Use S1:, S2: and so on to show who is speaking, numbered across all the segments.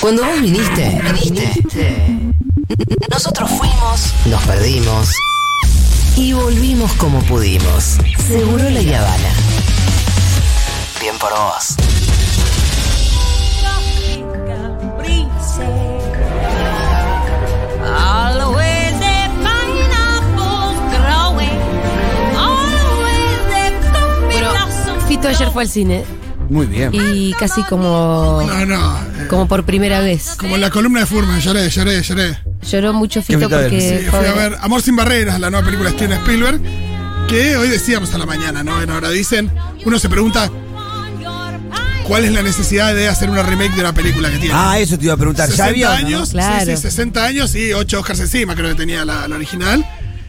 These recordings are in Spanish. S1: Cuando vos viniste, viniste. Nosotros fuimos, nos perdimos y volvimos como pudimos. Seguro la Habana. Bien por vos.
S2: Always there pineapples growing. Always there coffee
S3: Bueno,
S2: blossoms
S3: Fito ayer fue al cine
S4: Muy bien.
S3: y casi como,
S5: No, no. eh,
S3: como por primera vez.
S5: como la columna de Furman, lloré, lloré, lloré.
S3: Lloró mucho Fito
S4: mitad de-
S3: porque
S5: Eh, fui a ver Amor sin barreras, la nueva película de Steven Spielberg, que hoy decíamos a la mañana, ¿no? En ahora dicen, uno se pregunta
S2: on your pie.
S5: cuál es la necesidad de hacer una remake de una película que tiene.
S4: Ah, eso te iba a preguntar. ¿Ya
S5: 60
S4: había? o no?
S5: años,
S3: Claro.
S5: sí, sí, 60 años y 8 Oscars encima, creo que tenía la, la original.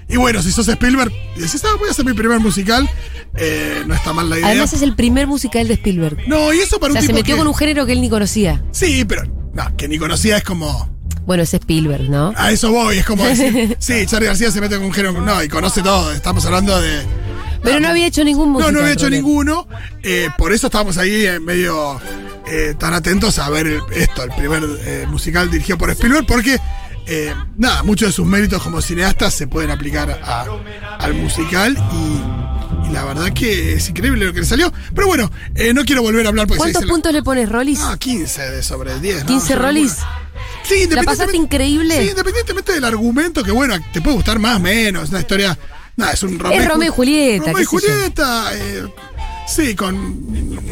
S5: Y bueno, si sos Spielberg, y decís, ah, voy a hacer mi primer musical, eh, no está mal la idea.
S3: Además es el primer musical de Spielberg.
S5: no, y eso
S3: O
S5: para un
S3: sea, se
S5: tipo
S3: metió
S5: que-
S3: con un género que él ni conocía.
S5: Sí, pero no, que ni conocía es como...
S3: Bueno, es Spielberg, ¿no?
S5: A eso voy, es como decir, sí, Charlie García se mete con un género, no, y
S3: Ah.
S5: conoce todo, estamos hablando de...
S3: Pero no había hecho ningún
S5: No,
S3: musical.
S5: no había hecho
S3: Roland.
S5: ninguno, eh, por eso estábamos ahí eh, medio eh, tan atentos a ver el- esto, el primer eh, musical dirigido por Spielberg, porque, eh, nada, muchos de sus méritos como cineasta se pueden aplicar a- al musical y, y la verdad que es increíble lo que le salió. Pero bueno, eh, no quiero volver a hablar porque se
S3: ¿Cuántos
S5: dice la-
S3: puntos le pones, Rollis?
S5: No, 15 de sobre 10. Ah, ¿no?
S3: 15
S5: Yo no
S3: Rollis.
S5: puedo. Sí,
S3: ¿La
S5: independientemente-
S3: pasaste increíble?
S5: Sí, independientemente del argumento, que bueno, te puede gustar más, menos, una historia. Nada, es un
S3: Es Romeo y Julieta,
S5: Romeo y
S3: qué sé yo.
S5: Julieta. eh, sí, con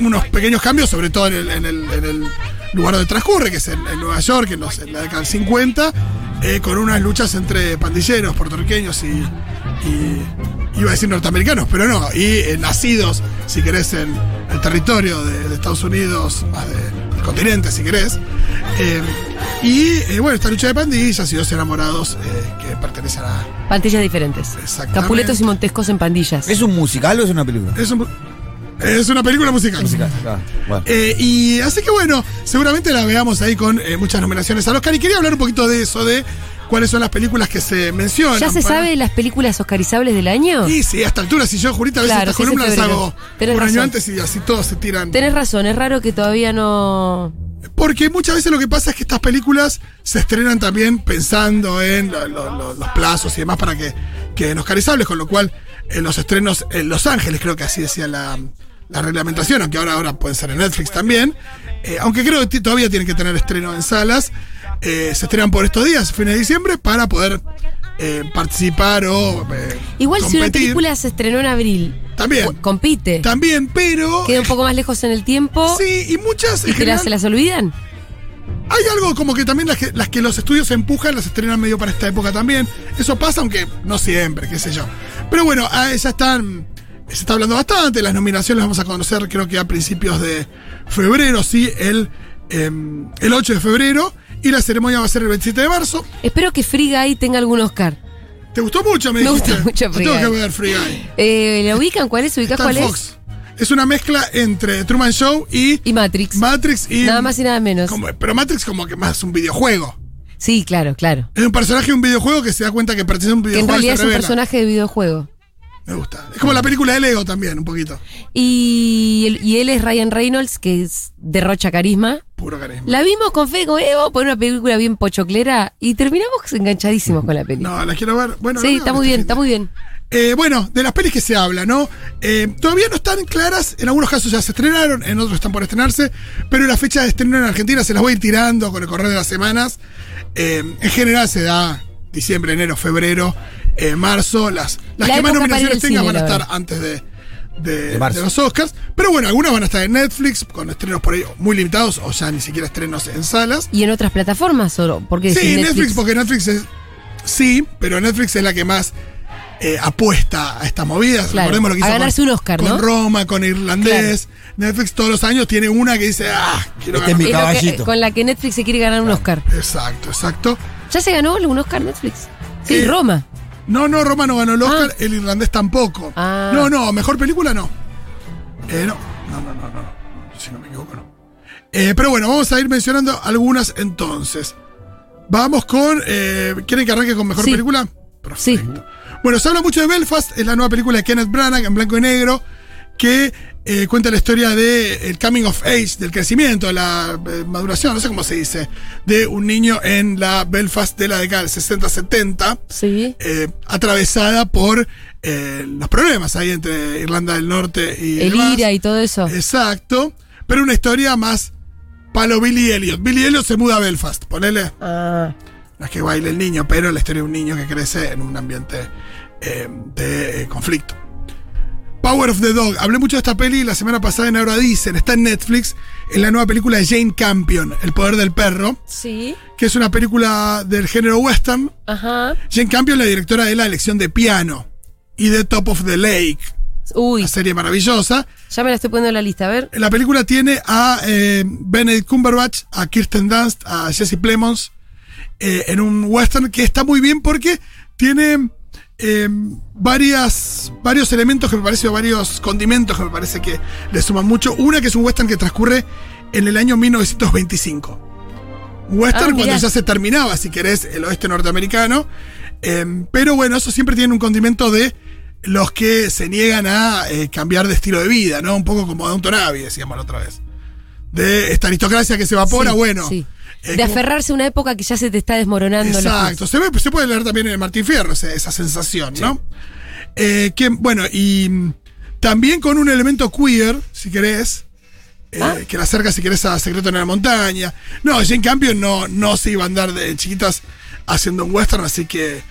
S5: unos pequeños cambios, sobre todo en el, en el- en el lugar donde transcurre, que es en, en Nueva York, en, los- en la década del 50, eh, con unas luchas entre pandilleros puertorriqueños y. y- Iba a decir norteamericanos, pero no, y eh, nacidos, si querés, en el territorio de, de Estados Unidos, más de- del continente, si querés. Eh, y eh, bueno, esta lucha de pandillas y dos enamorados eh, que pertenecen a,
S3: Pantillas diferentes.
S5: Exactamente.
S3: Capuletos y Montescos en pandillas.
S4: ¿Es un musical o es una película?
S5: Es, un- es una película musical.
S4: Musical. Ah, bueno.
S5: Eh, y así que bueno, seguramente la veamos ahí con eh, muchas nominaciones al Oscar. Y quería hablar un poquito de eso, de cuáles son las películas que se mencionan.
S3: ¿Ya se
S5: para-
S3: sabe de las películas oscarizables del año?
S5: Y sí, a esta altura, si yo, Jurita, a veces
S3: Claro,
S5: estas
S3: sí, es en
S5: columnas las
S3: febrero.
S5: hago
S3: Tenés
S5: un año
S3: razón.
S5: antes y así todos se tiran.
S3: Tenés razón, es raro que todavía no...
S5: Porque muchas veces lo que pasa es que estas películas se estrenan también pensando en lo- lo- lo- los plazos y demás para que queden oscarizables, con lo cual en los estrenos en Los Ángeles, creo que así decía la, la reglamentación, aunque ahora, ahora pueden ser en Netflix también, eh, aunque creo que t- todavía tienen que tener estreno en salas, eh, se estrenan por estos días, fines de diciembre, para poder eh, participar o... eh,
S3: Igual si una
S5: competir.
S3: película se estrenó en abril,
S5: También,
S3: compite.
S5: también, pero...
S3: Queda un poco más lejos en el tiempo.
S5: Sí, y muchas... en
S3: ¿Y que
S5: general-
S3: las- se las olvidan?
S5: Hay algo como que también las que, las que los estudios empujan las estrenan medio para esta época también. Eso pasa, aunque no siempre, qué sé yo. Pero bueno, ah, ya están. Se está hablando bastante. Las nominaciones las vamos a conocer, creo que a principios de febrero, sí, el, em, el 8 de febrero. Y la ceremonia va a ser el 27 de marzo.
S3: Espero que Free Guy tenga algún Oscar.
S5: ¿Te gustó mucho? Me,
S3: Me
S5: dijiste?
S3: gustó mucho
S5: Lo
S3: Free
S5: Tengo que
S3: Guy.
S5: ver Free Guy.
S3: Eh, ¿La ubican? ¿Cuál es? ¿Ubicás
S5: Stan
S3: cuál
S5: Fox. Es una mezcla entre Truman Show y
S3: es? Y Matrix.
S5: Matrix y.
S3: nada más y nada menos.
S5: como- pero Matrix, como que más un videojuego.
S3: Sí, claro, claro.
S5: Es un personaje de un videojuego que se da cuenta que pertenece a un
S3: Que en
S5: videojuego. y
S3: realidad
S5: se
S3: es un
S5: revela.
S3: personaje de videojuego.
S5: Me gusta. Es como la película de Lego también, un poquito.
S3: Y, el- y él es Ryan Reynolds, que es- derrocha carisma.
S5: Puro carisma.
S3: La vimos con Fede con Evo por una película bien pochoclera y terminamos enganchadísimos con la película.
S5: No, la quiero ver. Bueno, la
S3: sí,
S5: veo
S3: está
S5: este
S3: muy bien,
S5: fin de-
S3: está muy bien.
S5: Eh, bueno, de las pelis que se habla, ¿no? Eh, todavía no están claras, en algunos casos ya se estrenaron, en otros están por estrenarse, pero la fecha de estreno en Argentina se las voy a ir tirando con el correr de las semanas. Eh, en general se da diciembre, enero, febrero, eh, marzo, las, las
S3: La
S5: que
S3: época para
S5: más
S3: ir
S5: nominaciones
S3: al
S5: tengan
S3: cine,
S5: van a
S3: la
S5: estar
S3: verdad.
S5: antes de, de-
S4: De marzo.
S5: de los Oscars, pero bueno, algunas van a estar en Netflix, con estrenos por ahí muy limitados o ya ni siquiera estrenos en salas.
S3: ¿Y en otras plataformas? ¿O no? porque
S5: Sí,
S3: decís
S5: Netflix? porque Netflix es. Sí, pero Netflix es la que más eh, apuesta a estas movidas.
S3: Claro,
S5: Recordemos lo que
S3: a
S5: hizo
S3: ganarse
S5: con,
S3: un Oscar,
S5: con
S3: ¿no?
S5: Roma, con Irlandés. Netflix todos los años tiene una que dice, ah, quiero
S4: Este es
S5: ganar".
S4: mi-
S3: Es lo que-
S4: caballito.
S3: con la que Netflix se quiere ganar un Oscar.
S5: Exacto, exacto.
S3: ¿Ya se ganó un Oscar Netflix? Sí,
S5: Eh,
S3: Roma.
S5: No, no, Roma no ganó el Oscar,
S3: Ah.
S5: el Irlandés tampoco.
S3: Ah.
S5: No, no, mejor película no. Eh, no, no, no, no, no. Si no me equivoco, no. Eh, pero bueno, vamos a ir mencionando algunas entonces. Vamos con. eh, ¿Quieren que arranque con mejor
S3: Sí.
S5: película?
S3: Sí.
S5: Bueno, se habla mucho de Belfast, es la nueva película de Kenneth Branagh en blanco y negro, que eh, cuenta la historia del el coming of age, del crecimiento, de la eh, maduración, no sé cómo se dice, de un niño en la Belfast de la década del 60-70,
S3: Sí.
S5: eh, atravesada por eh, los problemas ahí entre Irlanda del Norte y
S3: El
S5: demás. Eh,
S3: ira y todo eso.
S5: Exacto. Pero una historia más palo Billy Elliot. Billy Elliot se muda a Belfast, ponele.
S3: Ah,
S5: No es que baile el niño, pero la historia de un niño que crece en un ambiente eh, de eh, conflicto. Power of the Dog. Hablé mucho de esta peli la semana pasada en Ahora Dicen. Está en Netflix. en la nueva película de Jane Campion, El Poder del Perro,
S3: sí.
S5: que es una película del género western.
S3: Ajá.
S5: Jane Campion, la directora de La Elección de Piano y de Top of the Lake,
S3: Uy,
S5: una serie maravillosa.
S3: ya me la estoy poniendo en la lista. A ver.
S5: La película tiene a eh, Benedict Cumberbatch, a Kirsten Dunst, a Jesse Plemons eh, en un western que está muy bien porque tiene eh, varias, varios elementos que me parece, varios condimentos que me parece que le suman mucho. Una que es un western que transcurre en el año 1925. Un Western
S3: Ah,
S5: cuando
S3: mirá.
S5: ya se terminaba, si querés, el oeste norteamericano. Em, pero bueno, eso siempre tiene un condimento de los que se niegan a eh, cambiar de estilo de vida, ¿no? Un poco como Downton Abbey, decíamos la otra vez. De esta aristocracia que se evapora,
S3: Sí,
S5: bueno.
S3: sí.
S5: eh,
S3: de
S5: como-
S3: aferrarse a una época que ya se te está desmoronando. la
S5: Exacto. Se, ve- se puede leer también en el Martín Fierro ese- esa, sensación, ¿no? Eh, que, bueno, y mm, también con un elemento queer, si querés. eh, Que la acerca, si querés, a Secreto en la Montaña. No, Jane Campion no, no se iba a andar de chiquitas haciendo un western, así que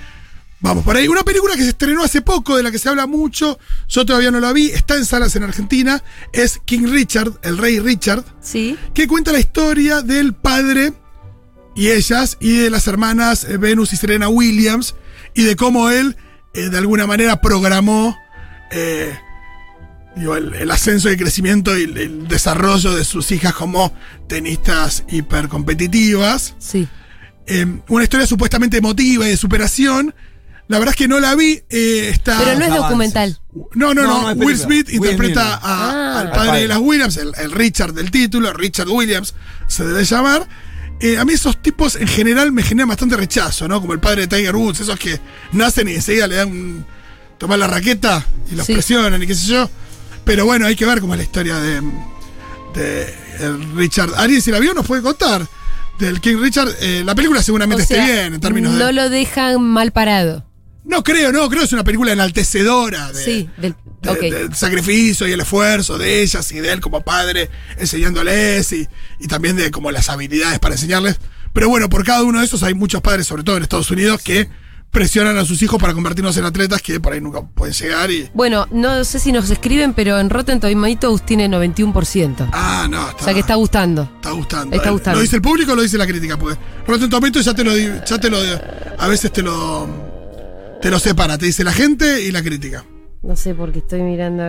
S5: vamos por ahí. Una película que se estrenó hace poco, de la que se habla mucho, yo todavía no la vi, está en salas en Argentina, es King Richard, el Rey Richard
S3: Sí.
S5: que cuenta la historia del padre y ellas y de las hermanas eh, Venus y Serena Williams y de cómo él eh, de alguna manera programó eh, digo, el, el ascenso y el crecimiento y el, el desarrollo de sus hijas como tenistas hipercompetitivas.
S3: Sí.
S5: Eh, una historia supuestamente emotiva y de superación. La verdad es que no la vi. eh, está...
S3: Pero no es
S4: avances.
S3: documental.
S5: No, no,
S4: No,
S5: no.
S4: no hay
S5: Will
S4: película.
S5: Smith
S4: Will
S5: interpreta
S4: Smith.
S5: a-
S3: Ah.
S5: al
S4: Al
S5: padre
S4: padre.
S5: de las Williams, el, el Richard del título, Richard Williams se debe llamar. Eh, a mí esos tipos en general me generan bastante rechazo, ¿no? Como el padre de Tiger Woods, esos que nacen y enseguida le dan un, tomar la raqueta y los
S3: Sí.
S5: presionan y qué sé yo. Pero bueno, hay que ver cómo es la historia de, de el Richard. ¿Alguien si la vio nos puede contar? Del King Richard, Eh, la película
S3: O
S5: seguramente
S3: sea,
S5: esté bien en términos
S3: no
S5: de...
S3: lo dejan mal parado.
S5: No creo, no, creo que es una película enaltecedora de,
S3: sí. Del,
S5: de-
S3: ok.
S5: del sacrificio y el esfuerzo de ellas y de él como padre, enseñándoles y, y también de como las habilidades para enseñarles. Pero bueno, por cada uno de esos hay muchos padres, sobre todo en Estados Unidos, que presionan a sus hijos para convertirnos en atletas que por ahí nunca pueden llegar y...
S3: Bueno, no sé si nos escriben, pero en Rotten Tomatoes tiene 91%.
S5: Ah, no,
S3: o sea que está gustando.
S5: está gustando.
S3: está gustando.
S5: ¿Lo dice el público o lo dice la crítica? Porque Rotten Tomatoes ya te lo... di- Ya te lo a veces te lo... Te lo separa, te dice la gente y la crítica.
S3: No sé por qué estoy mirando.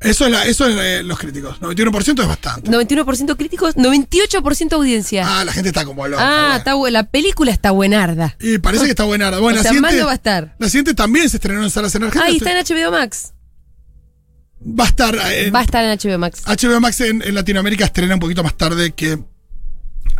S5: Eso es, la- eso es eh, los críticos. 91% es bastante.
S3: 91% críticos, 98% audiencia.
S5: Ah, la gente está como loca.
S3: Ah,
S5: bueno.
S3: está bu- la película está buenarda.
S5: Y parece que está buena. Bueno,
S3: o
S5: la
S3: sea,
S5: siguiente,
S3: mal no va a estar.
S5: la siguiente también se estrenó en salas en Argentina.
S3: Ahí está en HBO Max.
S5: Va a estar. eh, en-
S3: Va a estar en HBO Max.
S5: HBO Max en, en Latinoamérica estrena un poquito más tarde que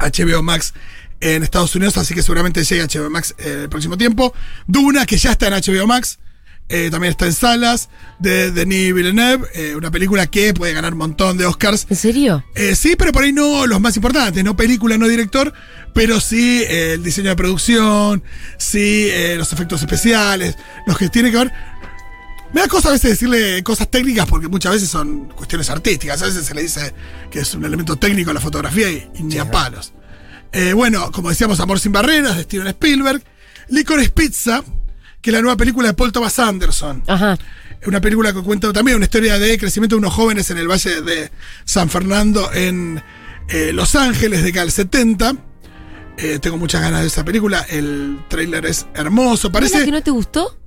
S5: HBO Max en Estados Unidos, así que seguramente llegue HBO Max eh, el próximo tiempo. Duna, que ya está en HBO Max, eh, también está en salas, de Denis Villeneuve, eh, una película que puede ganar un montón de Oscars.
S3: ¿En serio?
S5: Eh, sí, pero por ahí no los más importantes, no película, no director, pero sí eh, el diseño de producción, sí eh, los efectos especiales, los que tiene que ver. Me da cosa a veces decirle cosas técnicas porque muchas veces son cuestiones artísticas, a veces se le dice que es un elemento técnico la fotografía y, y ni a palos. Eh, bueno, como decíamos, Amor sin barreras de Steven Spielberg, Licorice Pizza, que es la nueva película de Paul Thomas Anderson
S3: Ajá.
S5: una película que cuenta también una historia de crecimiento de unos jóvenes en el Valle de San Fernando en eh, Los Ángeles, de Cal 70. Eh, tengo muchas ganas de esa película. El tráiler es hermoso.
S3: ¿Es la
S5: Parece.
S3: que no te gustó?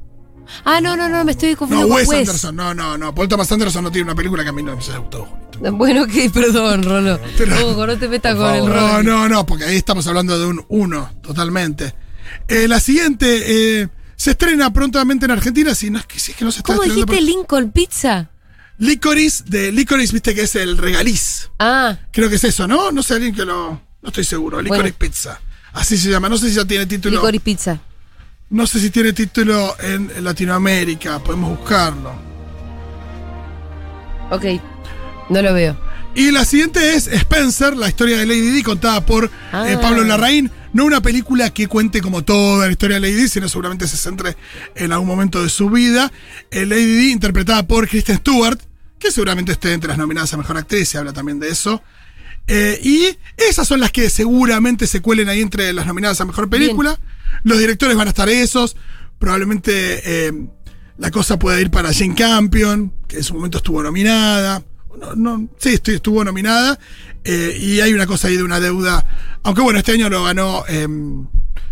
S3: Ah, no, no, no, me estoy
S5: No,
S3: confundiendo con
S5: Wes
S3: Wes.
S5: Anderson. No, no, no. Paul Thomas Anderson no tiene una película que a mí no me haya gustado. Juanito.
S3: Bueno, ok, perdón, Rolo.
S5: Pero-
S3: Ojo, no te metas con el
S5: No,
S3: Rolo.
S5: no, no, porque ahí estamos hablando de un uno, totalmente. Eh, la siguiente eh, se estrena prontamente en Argentina. Si no es que, si es que no se está
S3: ¿Cómo
S5: estrenando
S3: dijiste
S5: por-
S3: Lincoln Pizza?
S5: Licorice, de Licorice, viste que es el regaliz.
S3: Ah,
S5: Creo que es eso, ¿no? No sé, alguien que lo. No estoy seguro. Licorice
S3: Bueno.
S5: Pizza. Así se llama. No sé si ya tiene título.
S3: Licorice Pizza.
S5: No sé si tiene título en Latinoamérica. Podemos buscarlo.
S3: Ok, no lo veo.
S5: Y la siguiente es Spencer, la historia de Lady Di contada por
S3: Ah.
S5: eh, Pablo Larraín. No una película que cuente como toda la historia de Lady Di, sino seguramente se centre en algún momento de su vida. Eh, Lady Di interpretada por Kristen Stewart, que seguramente esté entre las nominadas a Mejor Actriz, se habla también de eso. Eh, y esas son las que seguramente se cuelen ahí entre las nominadas a Mejor Película. Los directores van a estar esos. Probablemente eh, la cosa pueda ir para Jane Campion, que en su momento estuvo nominada. No, no, sí, estu- estuvo nominada. Eh, y hay una cosa ahí de una deuda. Aunque bueno, este año lo ganó eh,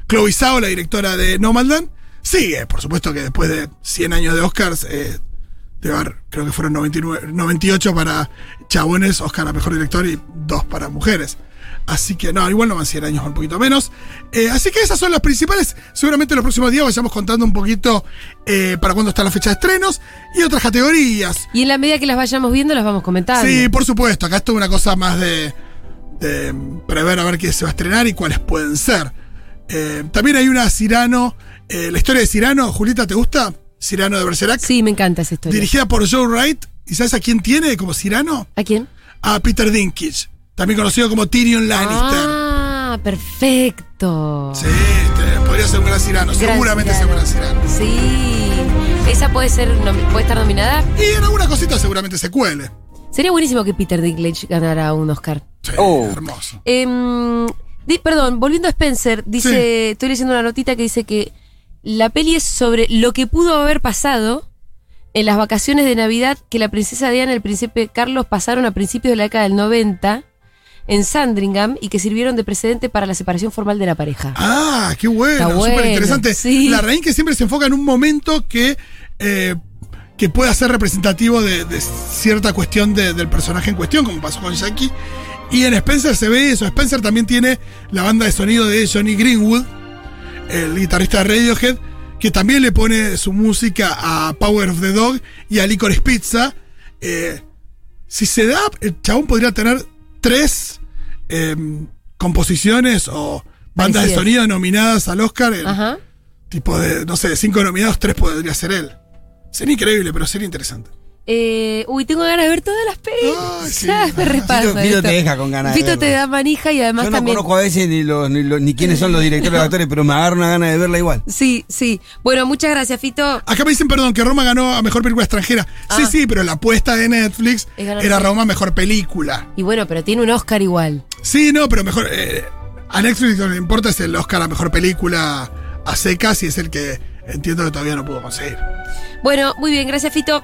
S5: Chloe Zhao, la directora de Nomadland. Sigue, por supuesto que después de 100 años de Oscars, eh, de ver, creo que fueron 99, 98 para chabones, Oscar a mejor director y dos para mujeres. Así que no, igual no van 100 años, un poquito menos. Eh, así que esas son las principales. Seguramente en los próximos días vayamos contando un poquito eh, para cuándo está la fecha de estrenos y otras categorías.
S3: Y en la medida que las vayamos viendo, las vamos comentando.
S5: Sí, por supuesto, acá esto es una cosa más de, de prever a ver qué se va a estrenar y cuáles pueden ser. Eh, también hay una Cirano, eh, la historia de Cirano, Julita, ¿te gusta? Cirano de Bergerac.
S3: Sí, me encanta esa historia.
S5: Dirigida por Joe Wright. ¿Y sabes a quién tiene como Cirano?
S3: ¿A quién?
S5: A Peter Dinklage, también conocido como Tyrion Lannister.
S3: Ah, perfecto.
S5: Sí, este, podría ser un gran Cirano,
S3: Gran
S5: seguramente
S3: Cyrano.
S5: sea un gran Cirano.
S3: Sí. Esa puede ser nom- puede estar nominada.
S5: Y en alguna cosita seguramente se cuele.
S3: Sería buenísimo que Peter Dinklage ganara un Oscar.
S5: Sí,
S4: Oh.
S5: hermoso.
S3: Em, di- perdón, volviendo a Spencer, dice, estoy leyendo una notita que dice que la peli es sobre lo que pudo haber pasado en las vacaciones de Navidad que la princesa Diana y el príncipe Carlos pasaron a principios de la década del 90 en Sandringham y que sirvieron de precedente para la separación formal de la pareja.
S5: Ah, qué
S3: Está
S5: bueno,
S3: bueno,
S5: súper interesante.
S3: sí.
S5: La reina que siempre se enfoca en un momento que, eh, que pueda ser representativo de, de cierta cuestión de- del personaje en cuestión, como pasó con Jackie. Y en Spencer se ve eso. Spencer también tiene la banda de sonido de Johnny Greenwood, el guitarrista de Radiohead, que también le pone su música a Power of the Dog y a Licorice Pizza. Eh, si se da, el chabón podría tener tres eh, composiciones o bandas de
S3: Parecidas.
S5: sonido nominadas al Oscar. El
S3: Ajá.
S5: tipo de, no sé, cinco nominados, tres podría ser él. Sería increíble, pero sería interesante.
S3: Eh, uy, tengo ganas de ver todas las pelis.
S5: Ay, sí.
S3: Ya, me repasa
S4: Fito- Fito
S3: esto.
S4: te deja con ganas de
S3: Fito te
S4: verla.
S3: da manija y además
S4: Yo no
S3: también.
S4: conozco a veces ni, los, ni, los- ni quiénes son los directores de actores, pero me agarra una gana de verla igual.
S3: Sí, sí. Bueno, muchas gracias, Fito.
S5: Acá me dicen, perdón, que Roma ganó a mejor película extranjera. Sí,
S3: Ah.
S5: sí, pero la apuesta de Netflix
S3: Es ganar-
S5: era Roma mejor película.
S3: Y bueno, pero tiene un Oscar igual.
S5: Sí, no, pero mejor. eh, a Netflix lo que le importa es el Oscar a mejor película a secas y es el que entiendo que todavía no pudo conseguir.
S3: Bueno, muy bien, gracias, Fito.